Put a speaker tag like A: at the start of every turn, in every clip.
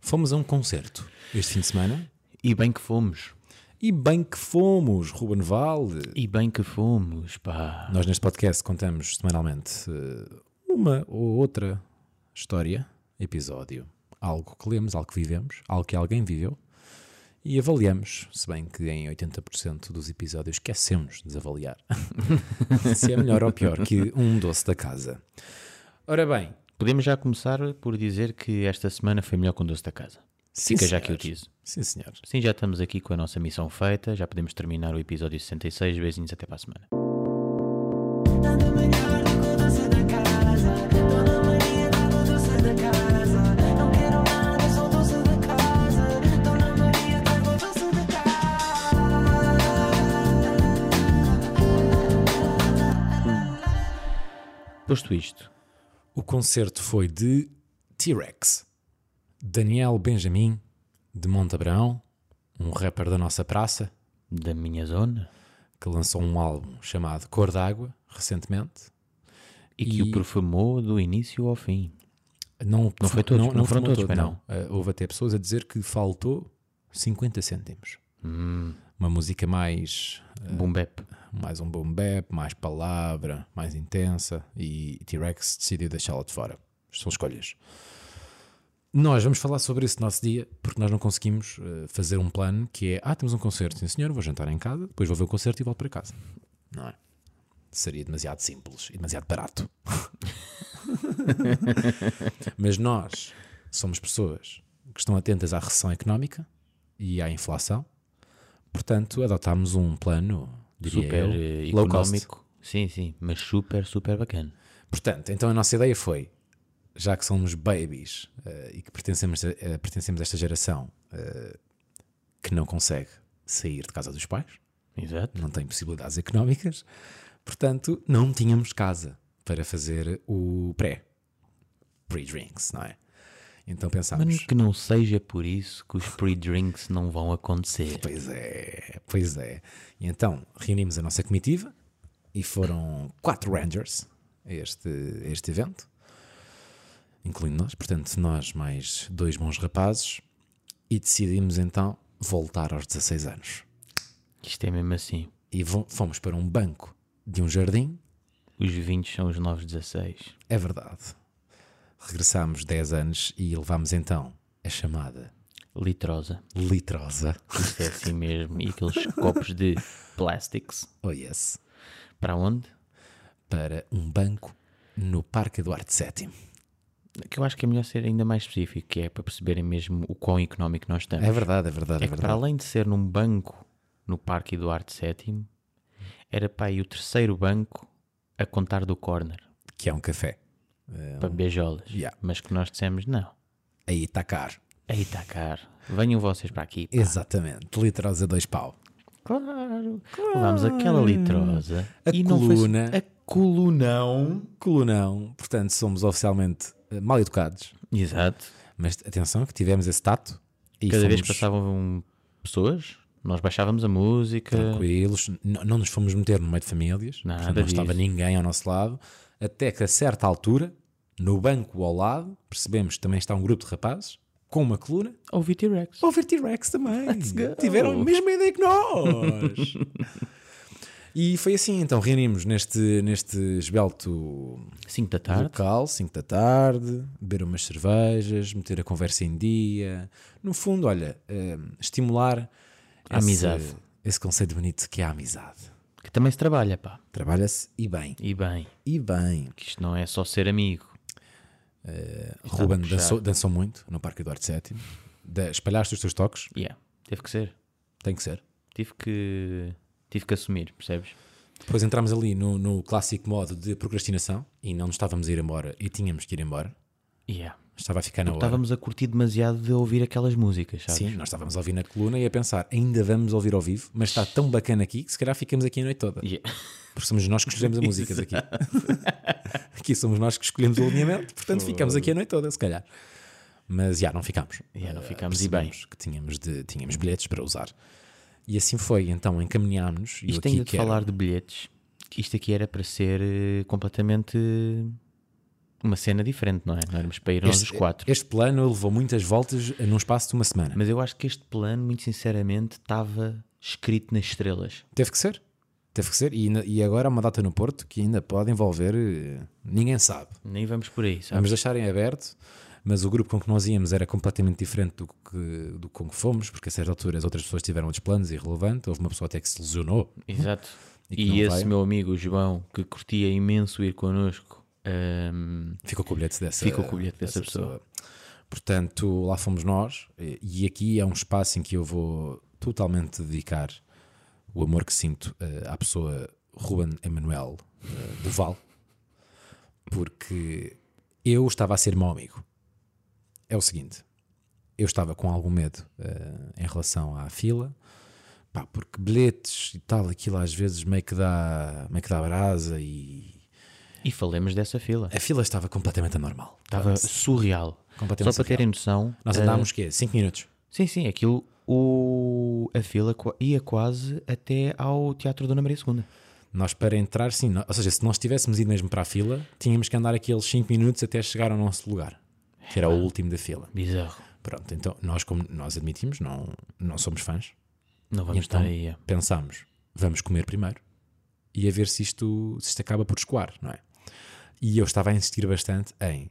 A: Fomos a um concerto este fim de semana
B: E bem que fomos.
A: e bem que fomos, Ruben Valde.
B: E bem que fomos, pá.
A: Nós neste podcast contamos semanalmente eh, uma ou outra história, episódio, algo que lemos, algo que vivemos, algo que alguém viveu e avaliamos, se bem que em 80% dos episódios esquecemos de avaliar se é melhor ou pior que um doce da casa. Ora bem,
B: Podemos já começar por dizer que esta semana foi melhor com o doce da casa.
A: sim,
B: Fica já aqui o
A: senhor.
B: teaser.
A: Sim, senhores.
B: Sim, já estamos aqui com a nossa missão feita, já podemos terminar o episódio 66, beijinhos até para a semana.
C: Dona Maria com doce da casa, Dona Maria dá doce da casa, não quero nada, só doce da casa, Dona Maria dá doce da casa.
B: Posto isto,
A: O concerto foi de T-Rex, Daniel Benjamin, de Montabrão, um rapper da nossa praça,
B: da minha zona,
A: que lançou um álbum chamado Cor d'Água, recentemente.
B: e que
A: E-
B: o perfumou do início ao fim.
A: Não,
B: Não foi todos, não foram
A: fumou
B: todos, pois não.
A: Eh, houve até pessoas a dizer que faltou 50 cêntimos.
B: Hum.
A: Uma música mais,
B: Boom bap.
A: mais um boom bap, mais palavra, mais intensa e T-Rex decidiu deixá-la de fora. São escolhas. Nós vamos falar sobre esse nosso dia, porque nós não conseguimos eh, fazer um plano que é, ah, temos um concerto, sim senhor, vou jantar em casa, depois vou ver o concerto e volto para casa. Não é? Seria demasiado simples e demasiado barato. Mas nós somos pessoas que estão atentas à recessão económica e à inflação, portanto adotámos um plano, diria
B: Super
A: eu,
B: eh,
A: low cost.
B: económico. Sim, sim, mas super, super bacana.
A: Portanto, então a nossa ideia foi, já que somos babies eh, e que pertencemos a, eh, pertencemos a esta geração eh, que não consegue sair de casa dos pais,
B: Exato.
A: não tem possibilidades económicas, portanto, não tínhamos casa para fazer o pré, pre-drinks, não é? Então pensámos,
B: Mas que não seja por isso que os pre-drinks não vão acontecer.
A: pois é, pois é. E então reunimos a nossa comitiva e foram quatro Rangers a este, a este evento, incluindo nós, portanto, nós mais dois bons rapazes, e decidimos então voltar aos 16 anos.
B: Isto é mesmo assim.
A: E vo- fomos para um banco de um jardim
B: Os 20 são os novos 16.
A: É verdade. Regressámos 10 anos e levámos então a chamada
B: Litrosa.
A: litrosa.
B: Isto é assim mesmo. E aqueles copos de plastics.
A: Oh yes.
B: Para onde?
A: Para um banco no Parque Eduardo VII.
B: Que eu acho que é melhor ser ainda mais específico, que é para perceberem mesmo o quão económico nós estamos.
A: É verdade, é verdade, é
B: É que para
A: verdade.
B: além de ser num banco no Parque Eduardo VII, era para aí o terceiro banco a contar do corner,
A: Que é um café.
B: para beijolas.
A: Então, Yeah.
B: Mas que nós dissemos, não,
A: Aí está caro.
B: aí está caro, venham vocês para aqui. pá."
A: Exatamente. Litrosa dois pau.
B: Claro, levámos aquela litrosa.
A: A coluna.
B: Não foi... A colunão.
A: Colunão. Portanto, somos oficialmente eh, mal educados.
B: Exato.
A: Mas atenção que tivemos esse tato. E
B: Cada vez
A: fomos
B: que passavam um, pessoas, nós baixávamos a música.
A: tranquilos, n- não nos fomos meter no meio de famílias,
B: Nada
A: portanto, não estava
B: disso.
A: ninguém ao nosso lado, até que a certa altura, no banco ao lado, percebemos que também está um grupo de rapazes com uma coluna
B: Ou T-Rex.
A: a ouvir T-Rex também.
B: go.
A: Tiveram a mesma ideia que nós. e foi assim, então reunimos neste, neste esbelto
B: 5 da tarde.
A: local, 5 da tarde, beber umas cervejas, meter a conversa em dia. No fundo, olha, eh, estimular
B: A amizade.
A: Esse, esse conceito bonito que é a amizade.
B: Que também se trabalha, pá.
A: Trabalha-se e bem.
B: E bem,
A: E bem.
B: que isto não é só ser amigo.
A: Ruben
B: puxado.
A: dançou, dançou muito no Parque Eduardo VII. Da- espalhaste os teus toques,
B: Yeah, teve que ser.
A: tem que ser.
B: Tive que, tive que assumir, percebes?
A: Depois entramos ali no, no clássico modo de procrastinação e não nos estávamos a ir embora e tínhamos que ir embora.
B: Yeah.
A: Estava a ficar na hora.
B: Estávamos a curtir demasiado de ouvir aquelas músicas, sabes?
A: Sim, nós estávamos a ouvir na coluna e a pensar, ainda vamos ouvir ao vivo, mas está tão bacana aqui que se calhar ficamos aqui a noite toda.
B: Yeah.
A: Porque somos nós que escolhemos a música daqui. aqui somos nós que escolhemos o alinhamento, portanto ficamos aqui a noite toda, se calhar. Mas já não ficámos.
B: Já não
A: Eh,
B: ficámos e bem.
A: percebemos que tínhamos, de, tínhamos bilhetes para usar. E assim foi, então encaminhámos-nos. e eu
B: Isto
A: aqui
B: ainda de
A: quero-
B: falar de bilhetes. Isto aqui era para ser eh, completamente eh, Uma cena diferente, não é? Não éramos para ir nós os quatro.
A: este é- plano levou muitas voltas num espaço de uma semana.
B: Mas eu acho que este plano, muito sinceramente, estava escrito nas estrelas.
A: Teve que ser. Teve que ser. E, na- e agora há uma data no Porto que ainda pode envolver. eh, Ninguém sabe.
B: Nem vamos por aí, sabes?
A: Vamos deixar em aberto. Mas o grupo com que nós íamos era completamente diferente do que, do que com que fomos, porque a certa altura as outras pessoas tiveram outros planos irrelevante. Houve uma pessoa até que se lesionou.
B: Exato.
A: E que
B: E,
A: não
B: esse
A: vai.
B: meu amigo João, que curtia imenso ir connosco, hum,
A: Ficou com o bilhete dessa,
B: Ficou com o bilhete dessa pessoa.
A: Portanto, lá fomos nós. eh, E aqui é um espaço em que eu vou totalmente dedicar o amor que sinto eh, à pessoa Ruben Emanuel eh, Duval, porque eu estava a ser mau amigo. É o seguinte, eu estava com algum medo eh, em relação à fila, pá, porque bilhetes e tal, aquilo às vezes meio que dá, meio que dá brasa e
B: e falemos dessa fila.
A: a fila estava completamente anormal.
B: Estava surreal. Só para
A: Completamente surreal.
B: terem noção,
A: Nós
B: eh,
A: andámos, quê? 5 minutos.
B: sim, sim, aquilo, o, a fila qua- ia quase até ao Teatro Dona Maria II.
A: Nós para entrar, sim. nó- Ou seja, se nós tivéssemos ido mesmo para a fila, tínhamos que andar aqueles 5 minutos até chegar ao nosso lugar, que era o último da fila.
B: Bizarro.
A: Pronto, então nós, como nós admitimos, não, não somos fãs,
B: Não vamos
A: então?
B: estar aí. eh.
A: pensámos, vamos comer primeiro e a ver se isto, se isto acaba por escoar, não é? E eu estava a insistir bastante em,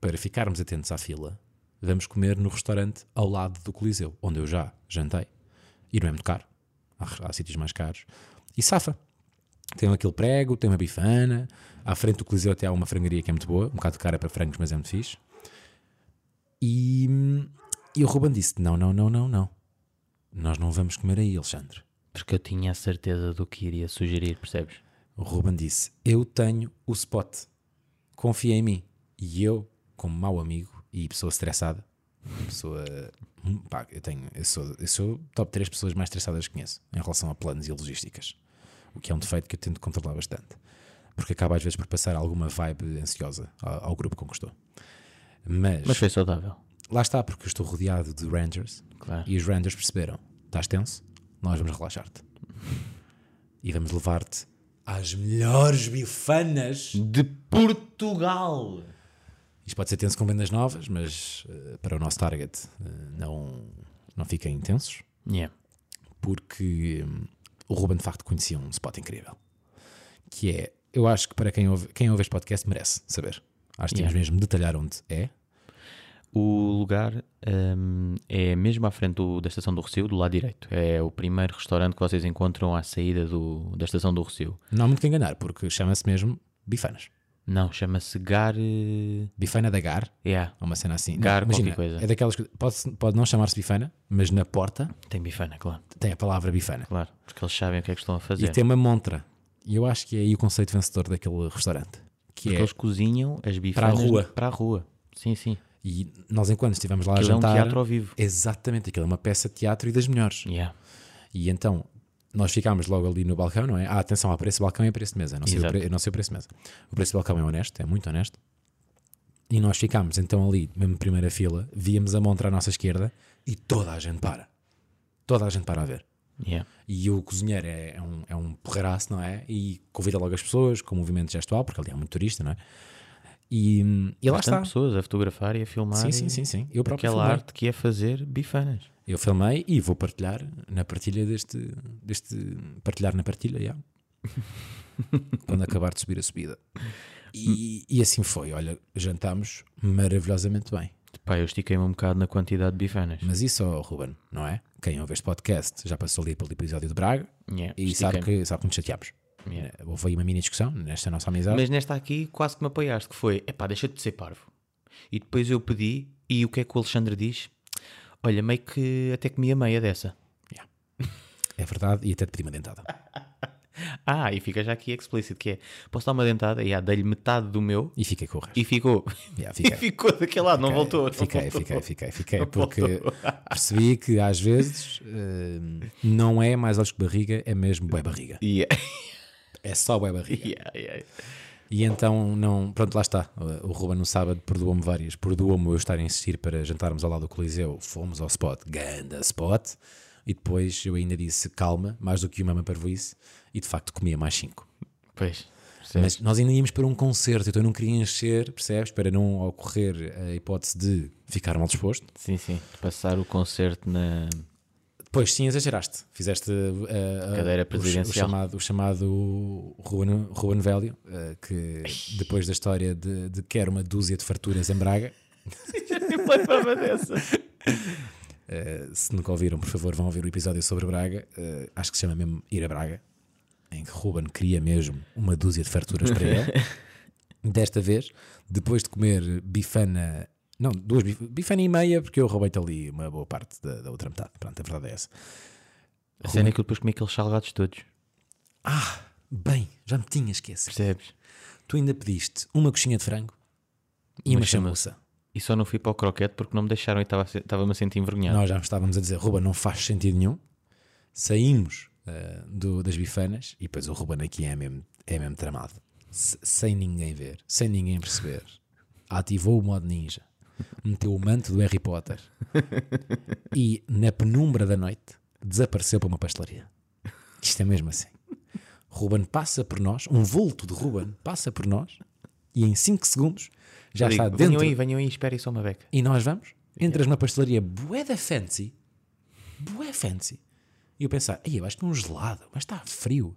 A: para ficarmos atentos à fila, vamos comer no restaurante ao lado do Coliseu, onde eu já jantei. E não é muito caro. Há, res- há sítios mais caros. E safa. Tem aquele prego, tem uma bifana. À frente do Coliseu até há uma frangaria que é muito boa. Um bocado cara para frangos, mas é muito fixe. E, e o Ruben disse: Não, não, não, não, não. Nós não vamos comer aí, Alexandre.
B: Porque eu tinha a certeza do que iria sugerir, percebes?
A: O Ruben disse: Eu tenho o spot. Confia em mim. E eu, como mau amigo e pessoa estressada, pessoa. hum, Pá, eu, tenho, eu, sou, eu sou top 3 pessoas mais estressadas que conheço em relação a planos e logísticas. O que é um defeito que eu tento controlar bastante. Porque acaba às vezes por passar alguma vibe ansiosa ao, ao grupo com que estou. Mas,
B: Mas foi saudável.
A: lá está, porque eu estou rodeado de Rangers
B: Claro.
A: e os Rangers perceberam: estás tenso, nós vamos relaxar-te. E vamos levar-te às melhores bifanas.
B: De Portugal!
A: Isto pode ser tenso com vendas novas, mas eh, para o nosso target eh, não, não fiquem intensos,
B: Yeah.
A: porque hum, o Ruben de facto conhecia um spot incrível. Que é, eu acho que para quem ouve, quem ouve este podcast merece saber. Acho que temos
B: Yeah.
A: mesmo de detalhar onde é.
B: O lugar hum, é mesmo à frente do- da Estação do Rocio, do lado direito. É o primeiro restaurante que vocês encontram à saída do- da Estação do Rocio.
A: Não há muito que enganar, porque chama-se mesmo Bifanas.
B: Não, chama-se Gar. eh,
A: Bifana da Gar,
B: Yeah,
A: ou uma cena assim. Não,
B: Gar,
A: imagina,
B: qualquer coisa.
A: É daquelas que pode, pode não chamar-se bifana, mas na porta
B: tem bifana, claro.
A: tem a palavra bifana.
B: Claro, porque eles sabem o que é que estão a
A: E
B: fazer.
A: tem uma montra. E eu acho que é aí o conceito vencedor daquele restaurante. Que
B: Porque
A: é,
B: eles cozinham as bifanas
A: rua.
B: Para a rua. Sim, sim.
A: e nós enquanto estivemos lá
B: Aquilo
A: a
B: é um
A: jantar...
B: teatro ao vivo.
A: Exatamente, aquilo é uma peça de teatro e das melhores.
B: Yeah.
A: E então nós ficámos logo ali no balcão, não é? Ah, atenção, há preço de balcão e há preço de mesa. Eu Não sei, o
B: Exato.
A: pre... eu não sei o preço de mesa. O preço de balcão é honesto, é muito honesto. E nós ficámos então ali, mesmo primeira fila, víamos a montra à nossa esquerda e toda a gente para. Toda a gente para a ver.
B: Yeah.
A: E o cozinheiro é, é um, é um porreiraço, não é? E convida logo as pessoas com movimento gestual, porque ali é muito turista, não é? E, e lá
B: Bastante
A: está.
B: pessoas a fotografar e a filmar.
A: Sim,
B: e
A: sim, sim, sim. Eu próprio
B: Aquela
A: filmei.
B: arte que é fazer bifanas.
A: Eu filmei e vou partilhar na partilha deste. deste partilhar na partilha, já. Quando acabar de subir a subida. E, e assim foi. Olha, jantámos maravilhosamente bem.
B: Pá, eu estiquei-me um bocado na quantidade de bifanas.
A: Mas isso, oh, Ruben, não é? Quem ouve este podcast já passou ali pelo episódio de Braga
B: Yeah,
A: e sabe
B: estiquei-me.
A: que, sabe que nos chateámos.
B: Yeah.
A: Houve aí uma mini discussão nesta nossa amizade.
B: Mas nesta aqui quase que me apoiaste, que foi, epá, deixa-te de ser parvo. E depois eu pedi, e o que é que o Alexandre diz? Olha, meio que até comia meia dessa.
A: É verdade, e até te pedi uma dentada.
B: Ah, e fica já aqui explícito, que é, posso dar uma dentada? E ah, dei-lhe metade do meu,
A: E fiquei com o resto.
B: e ficou.
A: Yeah,
B: E
A: fiquei.
B: ficou daquele lado, não voltou. não
A: Fiquei,
B: voltou.
A: fiquei, fiquei, fiquei,
B: Não
A: porque
B: voltou.
A: percebi que às vezes eh, não é mais olhos que barriga, é mesmo bué barriga.
B: Yeah,
A: É só bué barriga.
B: yeah, yeah.
A: E então, não, pronto, lá está. O Ruben no sábado perdoou-me várias. Perdoou-me eu estar a insistir para jantarmos ao lado do Coliseu. Fomos ao spot, ganda spot. E depois eu ainda disse calma, mais do que uma para parvoíce. E de facto comia mais cinco.
B: Pois, percebes?
A: Mas nós ainda íamos para um concerto, então eu não queria encher, percebes? Para não ocorrer a hipótese de ficar mal disposto.
B: Sim, sim. Passar o concerto na.
A: Depois sim, exageraste. Fizeste uh, uh,
B: Cadeira
A: o- O,
B: presidencial.
A: chamado, o chamado Ruan, Ruan Velho, uh, que depois da história de, de que era uma dúzia de farturas em Braga,
B: dessa.
A: uh, se nunca ouviram, por favor, vão ouvir o episódio sobre Braga. uh, acho que se chama mesmo Ir a Braga, em que Ruben queria mesmo uma dúzia de farturas para ele. Desta vez, depois de comer bifana, não, duas bif- bifana e meia, porque eu roubei-te ali uma boa parte da, da outra metade. Pronto, a verdade é essa.
B: A cena é que eu depois comi aqueles salgados todos.
A: Bem, já me tinha esquecido.
B: Percebes?
A: tu ainda pediste uma coxinha de frango e uma
B: Uma chama-
A: chamuça.
B: E só não fui para o croquete porque não me deixaram e estava a se- estava-me a sentir envergonhado.
A: Nós já estávamos a dizer, Ruba, não faz sentido nenhum. Saímos ah, do- das bifanas e depois o Ruben aqui é mesmo, é mesmo tramado. Se- sem ninguém ver, sem ninguém perceber. Ativou o modo ninja, meteu o manto do Harry Potter e na penumbra da noite desapareceu para uma pastelaria. Isto é mesmo assim. Ruben passa por nós, um vulto de Ruben passa por nós e em 5 segundos já
B: Eu digo,
A: está dentro.
B: Venham aí, venham aí, esperem só uma beca.
A: E nós vamos, entras numa pastelaria bué da fancy, bué fancy, e eu pensar, ei, eu acho que é um gelado, mas está frio.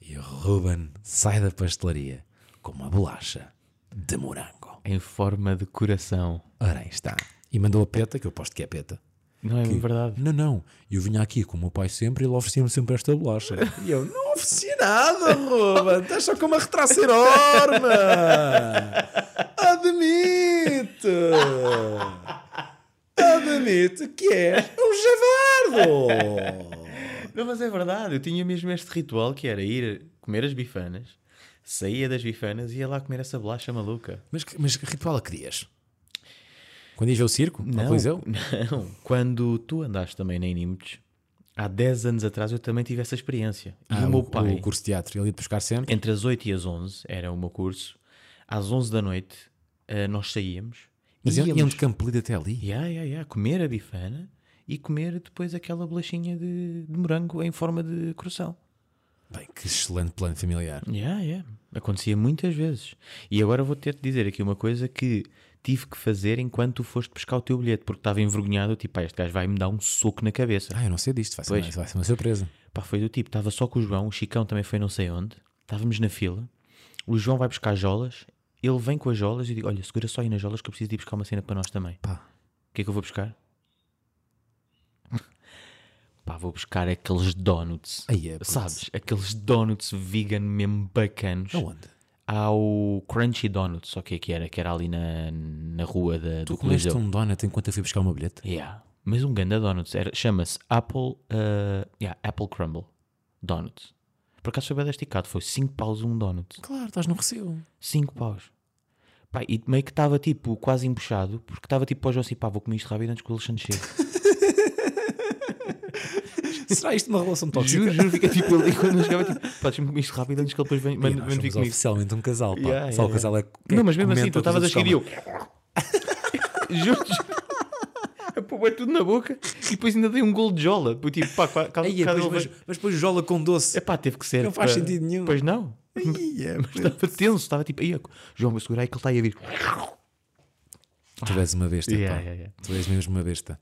A: E o Ruben sai da pastelaria com uma bolacha de morango.
B: Em forma de coração.
A: Ora, aí está. E mandou a peta, que eu posto que é peta.
B: Não é verdade?
A: Não, não, eu vinha aqui com o meu pai sempre e ele oferecia-me sempre esta bolacha. E eu, não ofereci nada, Ruben, estás só com uma retraça enorme. Admito. Admito que é um javardo.
B: Não, mas é verdade. Eu tinha mesmo este ritual que era ir comer as bifanas, saía das bifanas e ia lá comer essa bolacha maluca.
A: Mas, que- mas que ritual a que dias? Quando ias ver o circo? Ao
B: Não,
A: Coliseu?
B: não. Quando tu andaste também na Inimpes, há 10 anos atrás eu também tive essa experiência. E
A: Ah,
B: o meu pai,
A: o curso de teatro, ele ia-te buscar sempre.
B: entre as 8 e as 11, era o meu curso, às 11 da noite eh, nós saíamos.
A: Mas iam, iam
B: íamos
A: de Campolide até ali.
B: Ya, ya, ya. Comer a bifana e comer depois aquela bolachinha de, de morango em forma de coração.
A: Bem, que excelente plano familiar.
B: Ya, ya. Acontecia muitas vezes. E agora vou ter de dizer aqui uma coisa que tive que fazer enquanto tu foste pescar o teu bilhete, porque estava envergonhado, tipo, "Ah, este gajo vai-me dar um soco na cabeça.
A: Ah, eu não sei disto, vai ser,
B: Pois.
A: uma, vai ser uma surpresa.
B: Pá, foi do tipo, estava só com o João, o Chicão também foi não sei onde, estávamos na fila, o João vai buscar jolas, ele vem com as jolas e eu digo, olha, segura só aí nas jolas que eu preciso de ir buscar uma cena para nós também.
A: Pá.
B: O que é que eu vou buscar? Pá, vou buscar aqueles donuts.
A: Aí é, putz.
B: Sabes? Aqueles donuts vegan mesmo bacanos.
A: Aonde?
B: Ao Crunchy Donuts, só que é que era, que era ali na, na rua da, do
A: Tu comeste
B: Coliseu.
A: um donut enquanto eu fui buscar o meu bilhete?
B: Yeah. Mas um ganda donuts. Era- Chama-se Apple, eh, yeah, Apple Crumble Donuts. Por acaso foi bem esticado, foi 5 paus um donut.
A: Claro, estás no recibo.
B: 5 paus. Pá, e meio que estava tipo quase empuxado, porque estava tipo para o João assim, pá, vou comer isto rápido antes que o Alexandre chegue.
A: Será isto uma relação tóxica?
B: Juro, juro, fica tipo ali quando eu chegava, tipo, podes-me comer isto rápido antes que ele depois venha
A: Nós
B: venha
A: somos
B: vir comigo.
A: oficialmente um casal, pá.
B: Yeah,
A: Só
B: yeah,
A: o casal é que
B: Não, mas mesmo assim,
A: comenta
B: tu estavas a
A: todos
B: seguir e eu.
A: os
B: juro, juro. Pô, é tudo na boca e depois ainda dei um gol de jola. pô, Tipo, pá, quase.
A: estômagos. Ei, depois- mas, mas depois jola com doce.
B: É pá, teve que ser.
A: Não faz
B: pá.
A: sentido nenhum.
B: Pois não.
A: Ei, é-
B: Mas estava tenso, estava tipo, "Ei, João, vou segurar aí que ele está aí a vir.
A: Tu és uma besta,
B: Yeah,
A: pá.
B: yeah, yeah.
A: Tu és mesmo uma besta.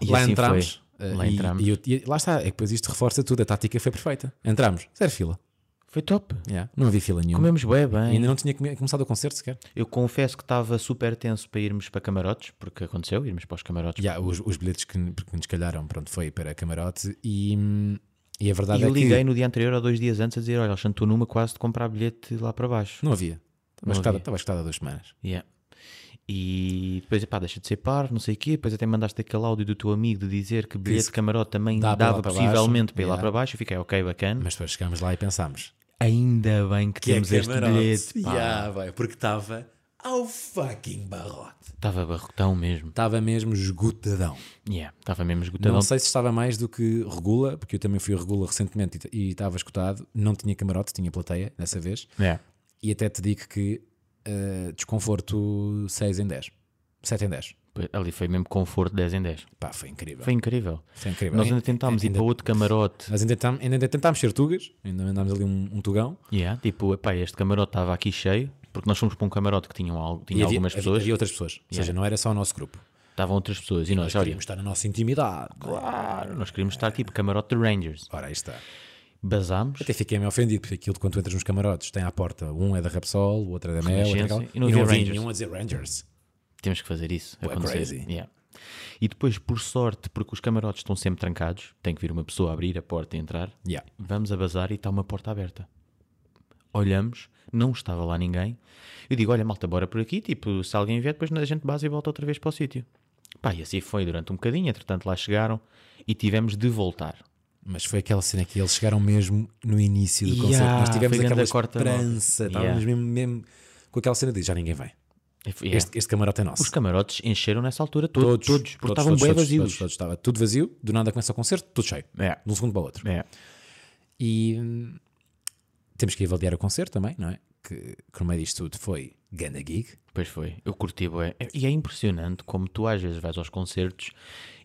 B: E
A: lá
B: assim
A: entramos.
B: foi.
A: eh,
B: Lá
A: e-
B: entramos.
A: E, eu- e lá está, é que depois isto reforça tudo. A tática foi perfeita. Entramos, zero fila.
B: Foi top.
A: Yeah, Não havia fila nenhuma.
B: Comemos bem,
A: E
B: bem.
A: Ainda não tinha come- começado o concerto sequer.
B: Eu confesso que estava super tenso para irmos para camarotes, porque aconteceu, irmos para os camarotes.
A: Yeah, os, os bilhetes que, que nos calharam, pronto, foi para camarote. E, hum, e a verdade
B: E eu
A: é que
B: liguei no dia anterior ou dois dias antes a dizer: Olha, Alexandre, estou numa quase de comprar bilhete lá para baixo.
A: não havia. Estava
B: Não
A: escutada-
B: havia.
A: estava escutada há duas semanas.
B: Yeah. E depois, pá, deixa de ser parvo, não sei o quê. Depois até mandaste aquele áudio do teu amigo de dizer que bilhete de camarote também
A: dá para
B: dava
A: lá para
B: possivelmente
A: baixo.
B: para ir lá
A: Yeah.
B: para baixo. Eu fiquei, ok, bacana.
A: Mas depois chegámos lá e pensámos:
B: Ainda bem que, temos este bilhete. pá.
A: Yeah, é vai, porque estava ao fucking barrote.
B: Estava barrotão mesmo.
A: Estava mesmo esgotadão.
B: Yeah, Estava mesmo
A: Não,
B: esgotadão.
A: sei se estava mais do que regula, porque eu também fui a regula recentemente e- e estava escutado. Não tinha camarote, tinha plateia dessa vez.
B: Yeah.
A: E até te digo que eh, desconforto 6 em 10. 7 em 10.
B: Ali foi mesmo conforto 10 em 10.
A: Pá, foi incrível.
B: Foi incrível.
A: Foi incrível.
B: Nós
A: Ainda-
B: ainda tentámos ir
A: ainda-
B: para outro camarote.
A: Nós ainda, tam- ainda tentámos ser tugas, ainda mandámos ali um, um tugão.
B: Yeah, tipo, epá, este camarote estava aqui cheio, porque nós fomos para um camarote que tinha, algo, tinha
A: e havia-
B: algumas
A: havia,
B: pessoas,
A: havia outras pessoas. Ou seja, não era só o nosso grupo.
B: estavam outras pessoas. E nós,
A: Nós
B: olha,
A: queríamos estar na nossa intimidade.
B: claro, nós queríamos estar tipo camarote de Rangers.
A: Ora, aí está.
B: Basámos,
A: Até fiquei meio ofendido, porque aquilo de quando tu entras nos camarotes tem à porta, um é da Repsol, o outro é da Mel, outro é
B: Renascença,
A: daquela-
B: e não havia Rangers.
A: nenhum a dizer Rangers.
B: temos que fazer isso
A: Bué
B: acontecer.
A: crazy.
B: Yeah. E depois, por sorte, porque os camarotes estão sempre trancados, tem que vir uma pessoa abrir a porta e entrar.
A: Yeah.
B: Vamos a bazar e está uma porta aberta. Olhamos, não estava lá ninguém. Eu digo, olha, malta, bora por aqui. Tipo, se alguém vier, depois a gente base e volta outra vez para o sítio. Pá, e assim foi durante um bocadinho. Entretanto, lá chegaram e tivemos de voltar.
A: Mas foi aquela cena que eles chegaram mesmo no início do
B: Yeah,
A: concerto. Nós tivemos
B: foi grande
A: aquela
B: a corta nota.
A: esperança, estávamos
B: Yeah.
A: mesmo, mesmo com aquela cena de já ninguém vem.
B: E foi- yeah.
A: Este, este camarote é nosso.
B: Os camarotes encheram nessa altura todo- todos, porque estavam
A: todos,
B: bem
A: todos,
B: vazios.
A: todos, todos, estava tudo vazio, do nada começa o concerto, tudo cheio.
B: É.
A: De um segundo para o outro.
B: É.
A: E hum, temos que avaliar o concerto também, não é? Que, que no meio disto tudo foi Ganda Gig.
B: Pois foi, eu curti bué. E é impressionante como tu às vezes vais aos concertos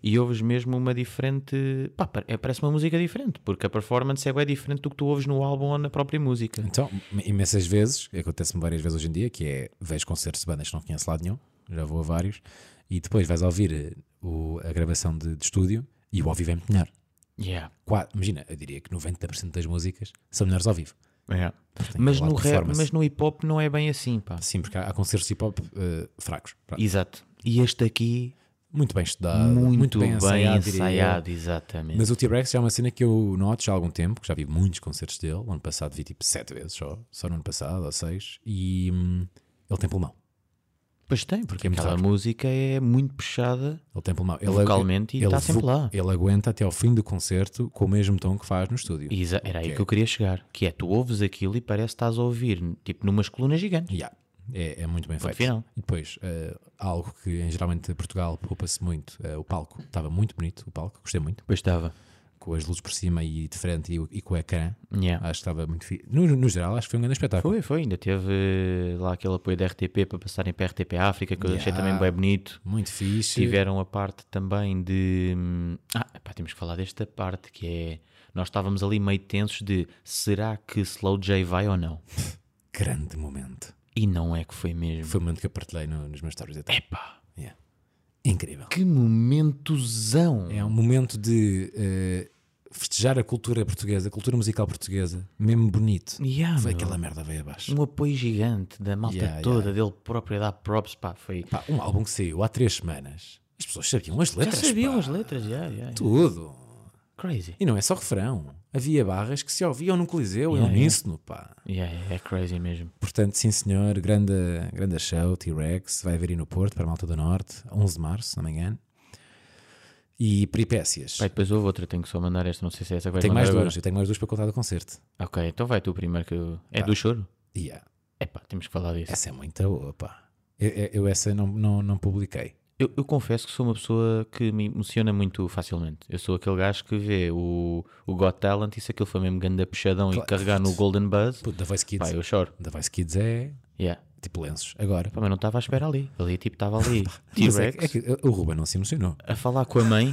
B: e ouves mesmo uma diferente. Pá, pa- é- parece uma música diferente, porque a performance é bem diferente do que tu ouves no álbum ou na própria música.
A: Então, imensas vezes, acontece-me várias vezes hoje em dia, que é vejo concertos de bandas que não conheço lado nenhum, já vou a vários, e depois vais ouvir eh, o- a gravação de, de estúdio e o ao vivo é muito melhor.
B: Yeah.
A: Qua- imagina, eu diria que 90% das músicas são melhores ao vivo.
B: Yeah.
A: tem que
B: Mas,
A: falar
B: no
A: de
B: rap,
A: performance.
B: mas no hip hop não é bem assim, pá.
A: Sim, porque há, há concertos hip hop eh, fracos. Pronto.
B: Exato. E este aqui,
A: Muito bem estudado,
B: muito,
A: muito,
B: bem, ensaiado,
A: diria eu.
B: exatamente.
A: Mas o T-Rex já é uma cena que eu noto já há algum tempo, que já vi muitos concertos dele. O ano passado vi tipo sete vezes só, só no ano passado, ou seis, e hum, ele tem pulmão.
B: Pois tem, porque
A: É muito
B: aquela
A: raro.
B: música é muito puxada.
A: Ele tem pulmão. Ele é
B: Vocalmente e
A: ele
B: tá sempre
A: vo-
B: lá.
A: Ele aguenta até ao fim do concerto com o mesmo tom que faz no estúdio.
B: Exa- era aí
A: Ok.
B: que eu queria chegar. Que é, tu ouves aquilo e parece que estás a ouvir, tipo, numas colunas gigantes.
A: Yeah. É, é muito bem feito.
B: final.
A: E depois, eh, algo que em, geralmente em Portugal poupa-se muito, eh, o palco. Estava muito bonito o palco, gostei muito.
B: Pois estava.
A: Com as luzes por cima e de frente e, o- e com o ecrã.
B: Yeah.
A: Acho que estava muito fixe. No, no geral, acho que foi um grande espetáculo.
B: Foi, foi, ainda teve eh, lá aquele apoio da RTP para passarem para a RTP África, que eu achei
A: Yeah.
B: também bem bonito.
A: Muito fixe.
B: Tiveram a parte também de. hum, Ah, epá, temos que falar desta parte que é. Nós estávamos ali meio tensos de será que Slow J vai ou não?
A: Grande momento.
B: E não é que foi mesmo.
A: Foi o momento que eu partilhei no- nos meus stories. Até.
B: Epá,
A: Yeah. Incrível.
B: que momentozão!
A: É um momento de eh, festejar a cultura portuguesa, a cultura musical portuguesa, mesmo bonito.
B: Yeah,
A: Foi
B: meu.
A: aquela merda veio abaixo.
B: Um apoio gigante da malta
A: Yeah,
B: toda, dele próprio a dar props, pá, foi.
A: Pá, um álbum que saiu há três semanas. As pessoas sabiam as
B: Já
A: letras.
B: sabiam
A: pá.
B: as letras, yeah, yeah, yeah.
A: Tudo.
B: Crazy.
A: E não é só refrão. Havia barras que se ouviam no Coliseu,
B: Yeah,
A: em uníssono, pá.
B: Yeah, yeah, é crazy mesmo.
A: Portanto, sim senhor, grande, grande show, T-Rex, vai haver aí no Porto, para a Malta do Norte, 11 de Março, se não me engano. E peripécias.
B: Pai, depois houve outra, tenho que só mandar esta, não sei se é essa que vais
A: tenho
B: mandar
A: mais
B: agora.
A: duas, eu tenho mais duas para contar do concerto.
B: Ok, então vai tu primeiro que eu... É do choro?
A: Yeah.
B: Epá, temos que falar disso.
A: Essa é muita boa, pá. Eu, eu- eu essa não, não, não publiquei.
B: Eu, eu confesso que sou uma pessoa que me emociona muito facilmente. Eu sou aquele gajo que vê o, o Got Talent e se aquilo foi mesmo grande puxadão e
A: Claro.
B: carregar no Golden Buzz,
A: Puto, da Voice Kids.
B: pá, eu choro.
A: Da Voice Kids é
B: Yeah.
A: tipo lenços. Agora.
B: Pá, mas não estava à espera ali. Ali, tipo, estava ali
A: Mas é,
B: T-Rex
A: que- é que o Ruben não se emocionou.
B: a falar com a mãe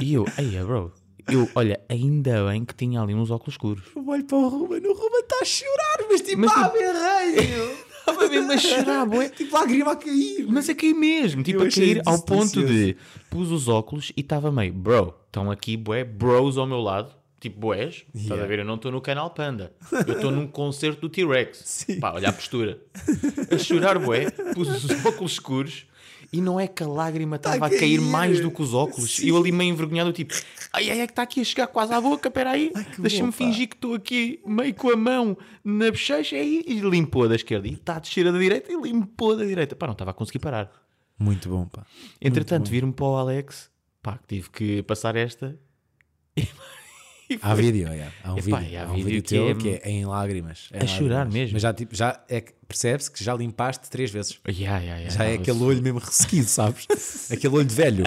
B: e eu, eia, bro. Eu, olha, ainda bem que tinha ali uns óculos escuros.
A: Eu olho para o Ruben, o Ruben está a chorar, mas tipo,
B: Mas,
A: ah,
B: tipo,
A: berreio!
B: Estava mesmo a chorar, bué.
A: tipo, lágrima a cair.
B: Mas é que mesmo, tipo,
A: Eu
B: a
A: achei
B: cair ao ponto de
A: despretensioso.
B: pus os óculos e estava meio, bro, estão aqui bué, bros ao meu lado, tipo boés, estás a
A: Yeah.
B: ver? Eu não estou no canal Panda, eu estou num concerto do T-Rex.
A: Sim.
B: Pá, olha a postura. A chorar bué, pus os óculos escuros e não é que a lágrima estava
A: Tá a
B: a cair
A: cair.
B: mais do que os óculos. E eu ali meio envergonhado, tipo, ai ai, é que está aqui a chegar quase à boca, peraí,
A: que
B: deixa-me
A: bom, pá.
B: fingir que estou aqui meio com a mão na bochecha e, e limpou da esquerda e está a descer da direita e limpou da direita. Pá, não estava a conseguir parar.
A: Muito bom, pá.
B: Entretanto, vir-me para o Alex, pá, que tive que passar esta. E
A: Há
B: foi.
A: vídeo, é. Há um
B: Epá, e
A: vídeo.
B: há
A: Há um
B: vídeo
A: vídeo
B: que
A: teu
B: é-
A: que é em lágrimas. é
B: A
A: em
B: chorar
A: lágrimas.
B: mesmo.
A: Mas já, tipo, já é que percebe-se que já limpaste três vezes.
B: Yeah, yeah, yeah,
A: Já é
B: Alex.
A: aquele olho mesmo ressequido, sabes? aquele olho de velho.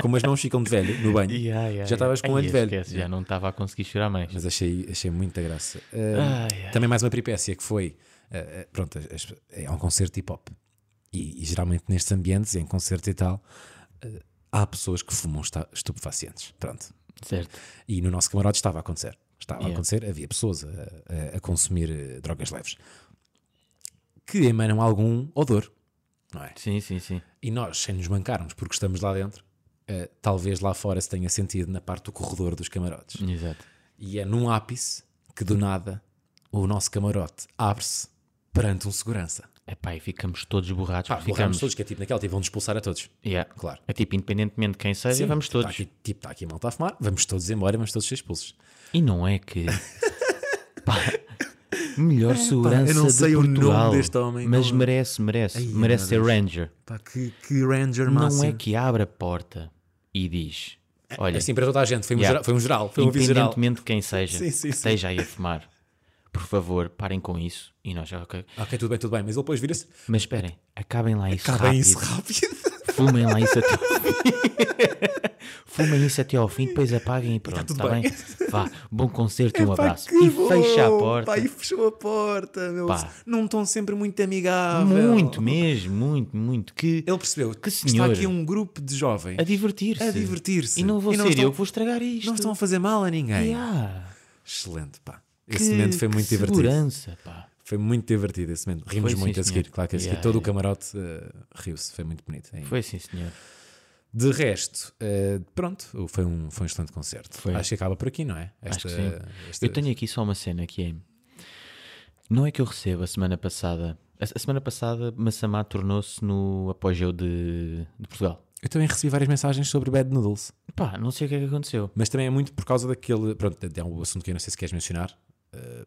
A: Como as mãos ficam de velho no banho.
B: Yeah, yeah,
A: Já estavas
B: yeah.
A: com o
B: Ai,
A: olho de velho.
B: esquece, já não estava a conseguir chorar mais.
A: Mas achei, achei muita graça. Ah,
B: Ai, ai.
A: Também mais uma peripécia que foi. ah, ah, pronto, as- as- é um concerto de hip hop. E, e geralmente nestes ambientes, em concerto e tal, eh, há pessoas que fumam esta- estupefacientes. Pronto.
B: Certo.
A: E no nosso camarote estava a acontecer. Estava a
B: Yeah.
A: acontecer, havia pessoas a, a- a consumir eh, drogas leves que emanam algum odor, não é?
B: Sim, sim, sim.
A: E nós, sem nos mancarmos, porque estamos lá dentro, eh, talvez lá fora se tenha sentido na parte do corredor dos camarotes.
B: Exato.
A: E é num ápice que do nada o nosso camarote abre-se perante um segurança.
B: Epá, e ficamos todos borrados.
A: Pá,
B: porque
A: ficamos
B: Ah, ficamos.
A: todos, que é tipo naquela, tipo, vão-nos expulsar a todos.
B: Yeah.
A: Claro.
B: É tipo, independentemente de quem seja,
A: Sim,
B: vamos
A: tipo,
B: todos.
A: Tá aqui, tipo, está aqui a malta a fumar, vamos todos embora, vamos todos ser expulsos.
B: E não é que. Pá, melhor segurança
A: eu não sei
B: de
A: o nome
B: Portugal,
A: deste homem,
B: Mas
A: não-
B: merece, merece.
A: Ai,
B: merece ser
A: meu
B: Ranger.
A: Pá, que, que Ranger
B: Não é que abre a porta e diz: Olha,
A: É assim para toda a gente, foi um,
B: Yeah.
A: geral, foi um geral, foi um aviso geral.
B: independentemente de quem seja,
A: Sim, sim,
B: que
A: sim.
B: esteja aí a fumar, por favor, parem com isso. E nós, ok.
A: Ok, tudo bem, tudo bem, mas ele depois vira-se,
B: Mas esperem, acabem lá isso
A: acabem
B: rápido.
A: isso rápido.
B: Fumem lá isso até ao fim. Fumem isso até ao fim, depois apaguem e pronto,
A: Tá tudo
B: está bem?
A: bem.
B: Vá, bom concerto e um
A: Pá,
B: abraço.
A: que
B: E
A: bom,
B: fecha a porta.
A: Pá, e fechou a porta, meu.
B: Pá.
A: Num tom sempre muito amigável.
B: Muito mesmo, muito, muito. Que
A: Ele percebeu
B: Que
A: que
B: senhor.
A: está aqui um grupo de jovens
B: a divertir-se.
A: a divertir-se.
B: E não vou
A: E não
B: ser
A: estão-
B: eu que vou estragar isto.
A: não estão a fazer mal a ninguém.
B: Yeah.
A: Excelente, pá.
B: Que-
A: Esse momento foi
B: que
A: muito divertido.
B: segurança, pá.
A: Foi muito divertido esse momento. Rimos
B: Foi, sim,
A: muito a seguir,
B: senhor.
A: claro que a seguir
B: Yeah,
A: todo o
B: yeah.
A: camarote eh, riu-se, foi muito bonito. ainda.
B: Foi sim, senhor.
A: De resto, eh, pronto, foi um, foi um excelente concerto.
B: Foi.
A: Acho que acaba por aqui, não é?
B: Acho
A: Esta-
B: que sim.
A: esta-
B: Eu tenho aqui só uma cena que é. Não é que eu recebo a semana passada. A a semana passada, Massamá tornou-se no apogeu de, de Portugal.
A: eu também recebi várias mensagens sobre Bad Noodles.
B: Pá, não sei o que é que aconteceu.
A: Mas também é muito por causa daquele. Pronto, é um assunto que eu não sei se queres mencionar. Eh,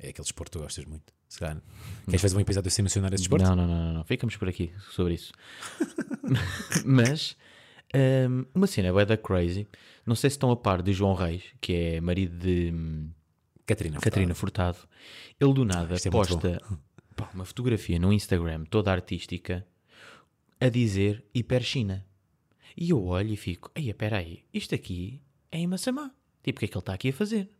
A: é aquele desporto que tu gostas muito. Se calhar. Queres fazer um episódio sem mencionar esse desporto?
B: Não, não, não, não, não. Ficamos por aqui sobre isso. Mas hum, uma cena é da crazy. Não sei se estão a par de João Reis, que é marido de hum,
A: Catarina.
B: Catarina Furtado. Ele do nada
A: Isto é muito
B: posta pá, uma fotografia no Instagram toda artística a dizer hiperchina. E eu olho e fico, ei, espera aí, isto aqui é em Massamá. Tipo, o que é que ele está aqui a fazer?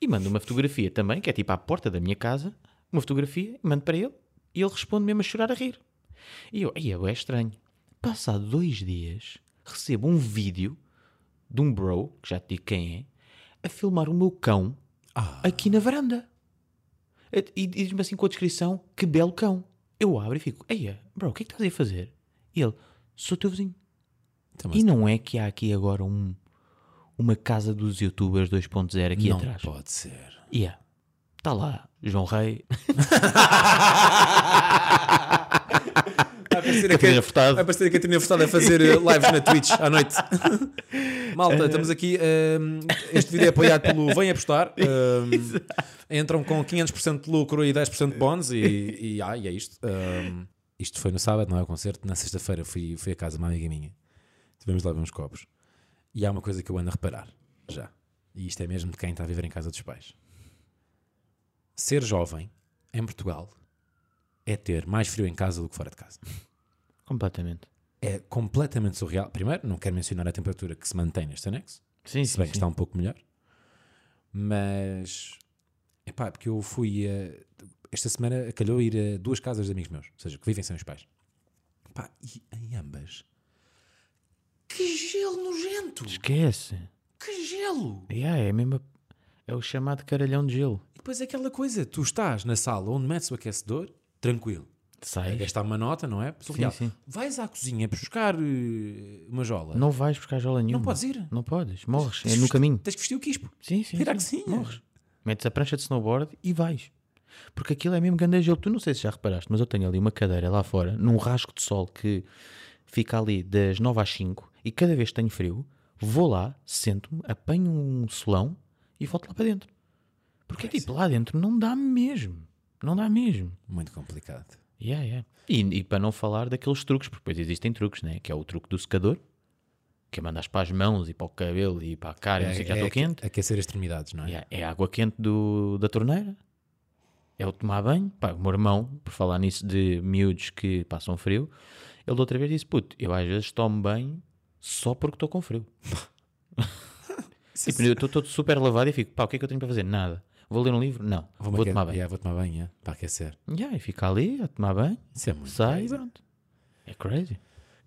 B: E mando uma fotografia também, que é tipo à porta da minha casa, uma fotografia, e mando para ele, e ele responde mesmo a chorar a rir. E eu, aí é estranho. Passado dois dias, recebo um vídeo de um bro, que já te digo quem é, a filmar o meu cão
A: Ah.
B: aqui na varanda. E e diz-me assim com a descrição, que belo cão. Eu abro e fico, eia, bro, o que é que estás aí a fazer? E ele, sou teu vizinho.
A: Então,
B: E não é que há aqui agora um, uma casa dos youtubers 2.0 aqui
A: não
B: atrás.
A: pode ser.
B: Yeah. Está lá, João Rei.
A: Vai aparecer
B: Catarina
A: Cat-
B: Furtado.
A: vai aparecer a Catarina Furtado a fazer eh, lives na Twitch à noite. Malta, estamos aqui. ehm, este vídeo é apoiado pelo Vem Apostar. ehm, entram com 500% de lucro e 10% de bónus. E, e, ah, e é isto. Ehm, isto foi no sábado, não é? O concerto. Na sexta-feira fui, fui a casa de uma amiga minha. Tivemos lá a ver uns copos. E há uma coisa que eu ando a reparar já. E isto é mesmo de quem está a viver em casa dos pais. Ser jovem em Portugal é ter mais frio em casa do que fora de casa.
B: Completamente.
A: É completamente surreal. Primeiro, não quero mencionar a temperatura que se mantém neste anexo,
B: Sim,
A: se bem
B: sim.
A: que
B: sim.
A: está um pouco melhor. Mas, epá, porque eu fui a- Esta semana calhou ir a duas casas de amigos meus, ou seja, que vivem sem os pais. Epá, e em ambas... Que gelo nojento!
B: Esquece.
A: Que gelo!
B: Yeah, é, a mesma- é o chamado caralhão de gelo.
A: E depois é aquela coisa, tu estás na sala onde metes o aquecedor, tranquilo.
B: Sai.
A: Gastar uma nota, não é? Surreal.
B: sim.
A: Vais à cozinha buscar eh, uma jola.
B: Não vais buscar jola nenhuma.
A: podes ir.
B: Não podes. Morres.
A: Tens
B: É
A: que
B: no
A: vestir-
B: caminho.
A: Tens que vestir o quispo.
B: Sim, sim.
A: Ir à
B: sim.
A: cozinha.
B: Morres. Metes a prancha de snowboard e vais. Porque aquilo é mesmo grande gelo. Tu não sei se já reparaste, mas eu tenho ali uma cadeira lá fora, num rasgo de sol que fica ali das 9 às 5 e cada vez que tenho frio, vou lá, sento-me, apanho um solão e volto lá para dentro. Porque tipo, lá dentro não dá mesmo. Não dá mesmo.
A: Muito complicado.
B: Yeah, yeah. E, e para não falar daqueles truques, porque depois existem truques, né? que é o truque do secador, que é mandas para as mãos e para o cabelo e para a cara,
A: É,
B: e não sei o que, já estou
A: aque-
B: quente.
A: Aquecer as extremidades, não é?
B: Yeah, É a água quente do- da torneira. É o tomar banho. Pá, o meu irmão, por falar nisso de miúdos que passam frio, ele da outra vez disse: Puto, eu às vezes tomo banho só porque estou com frio.
A: Sim,
B: Tipo, eu estou todo super lavado e fico: Pá, o que é que eu tenho para fazer? Nada. Vou ler um livro? Não. Vou,
A: aquecer-
B: tomar banho.
A: Yeah, vou tomar banho, yeah, para aquecer.
B: Yeah, e fica ali a tomar banho,
A: Isso é muito.
B: sai e
A: crazy.
B: pronto. É crazy.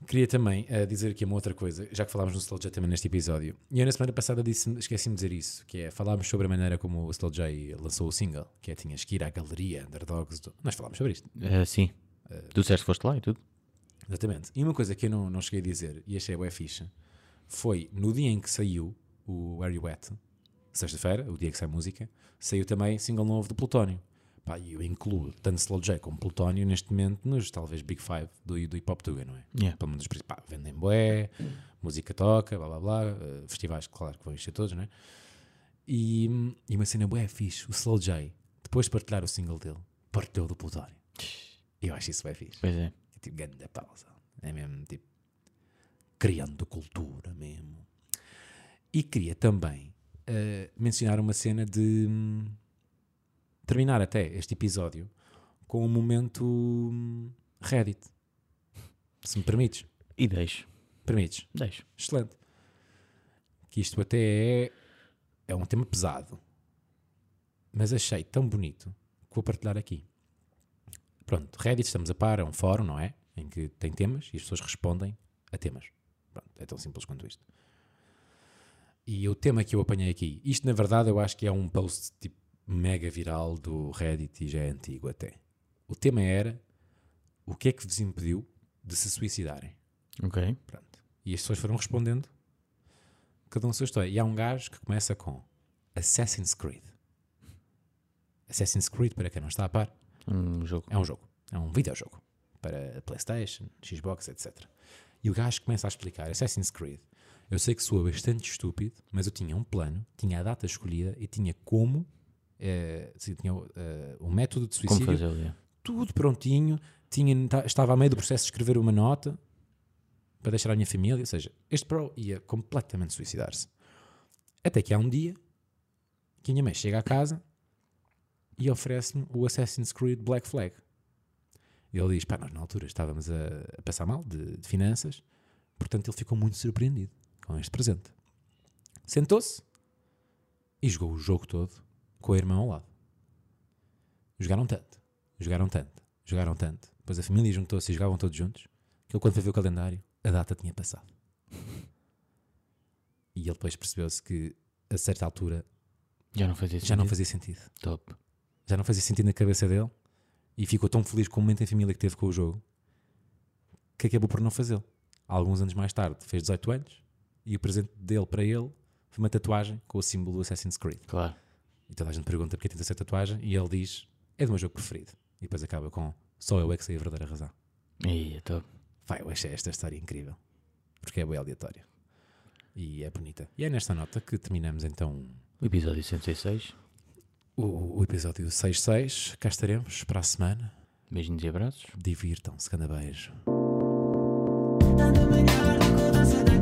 A: Queria também eh, dizer aqui uma outra coisa, já que falámos no Slow J também neste episódio. E eu na semana passada disse, esqueci-me de dizer isso, que é falámos sobre a maneira como o Slow J lançou o single, que é tinhas que ir à galeria, underdogs. do- Nós falámos sobre isto.
B: Eh, sim. tu disseste que foste lá e tudo.
A: Exatamente. E uma coisa que eu não, não cheguei a dizer e achei bué ficha foi no dia em que saiu o Harry Wet, sexta-feira, o dia que sai música, saiu também single novo do Plutónio. Pá, e eu incluo tanto Slow J como Plutónio neste momento nos talvez Big Five do, do Hip Hop Tuga, não é?
B: Yeah.
A: Pelo menos os principais. Pá, vendem bué, música toca, blá blá blá, eh, festivais, claro que vão encher todos, não é? E, e uma cena bué fixe, o Slow J, depois de partilhar o single dele, partilhou do Plutónio. Eu acho isso bem fixe.
B: Pois é.
A: É tipo grande pausa. É mesmo tipo criando cultura mesmo. E queria também eh, mencionar uma cena de hum, terminar até este episódio com um momento hum, Reddit. Se me permites.
B: E deixo.
A: Permites.
B: Deixo.
A: Excelente. Que isto até é, é um tema pesado. Mas achei tão bonito que vou partilhar aqui. Pronto, Reddit estamos a par, é um fórum, não é? Em que tem temas e as pessoas respondem a temas. Pronto, é tão simples quanto isto. E o tema que eu apanhei aqui, isto na verdade eu acho que é um post tipo mega viral do Reddit e já é antigo até. O tema era o que é que vos impediu de se suicidarem?
B: Ok.
A: Pronto. E as pessoas foram respondendo, cada um a sua história. E há um gajo que começa com Assassin's Creed. Assassin's Creed, para quem não está a par,
B: Um jogo.
A: é um jogo. É um videojogo. Para Playstation, Xbox, etc. E o gajo começa a explicar Assassin's Creed. Eu sei que soa bastante estúpido, mas eu tinha um plano, tinha a data escolhida e tinha como... eh, sim, tinha o eh, o método de
B: Como
A: suicídio
B: fazer ali?
A: tudo prontinho, tinha, ta- estava a meio do processo de escrever uma nota para deixar a minha família, ou seja, este pro ia completamente suicidar-se. Até que há um dia que a minha mãe chega à casa e oferece-me o Assassin's Creed Black Flag. E ele diz: pá, nós na altura estávamos a, a passar mal de, de finanças, portanto ele ficou muito surpreendido com este presente. Sentou-se e jogou o jogo todo com a irmã ao lado. Jogaram tanto, jogaram tanto, jogaram tanto. Depois a família juntou-se e jogavam todos juntos. Que ele, quando foi ver o calendário, a data tinha passado. E ele depois percebeu-se que, a certa altura,
B: Já não fazia
A: já não
B: sentido.
A: fazia sentido.
B: Top.
A: Já não fazia sentido na cabeça dele. E ficou tão feliz com o momento em família que teve com o jogo que acabou por não fazê-lo. Alguns anos mais tarde, fez 18 anos e o presente dele para ele foi uma tatuagem com o símbolo do Assassin's Creed.
B: Claro.
A: E toda a gente pergunta porque é tenta ser tatuagem e ele diz: é do meu jogo preferido. E depois acaba com: só eu é que sei a verdadeira razão.
B: E é top.
A: Vai, eu achei esta história incrível. Porque é bem aleatória. E é bonita. E é nesta nota que terminamos então
B: O episódio 106.
A: o, o episódio 66. Cá estaremos para a semana.
B: Beijinhos e abraços.
A: Divirtam-se, cada beijo.
C: Tanto brincar com dança da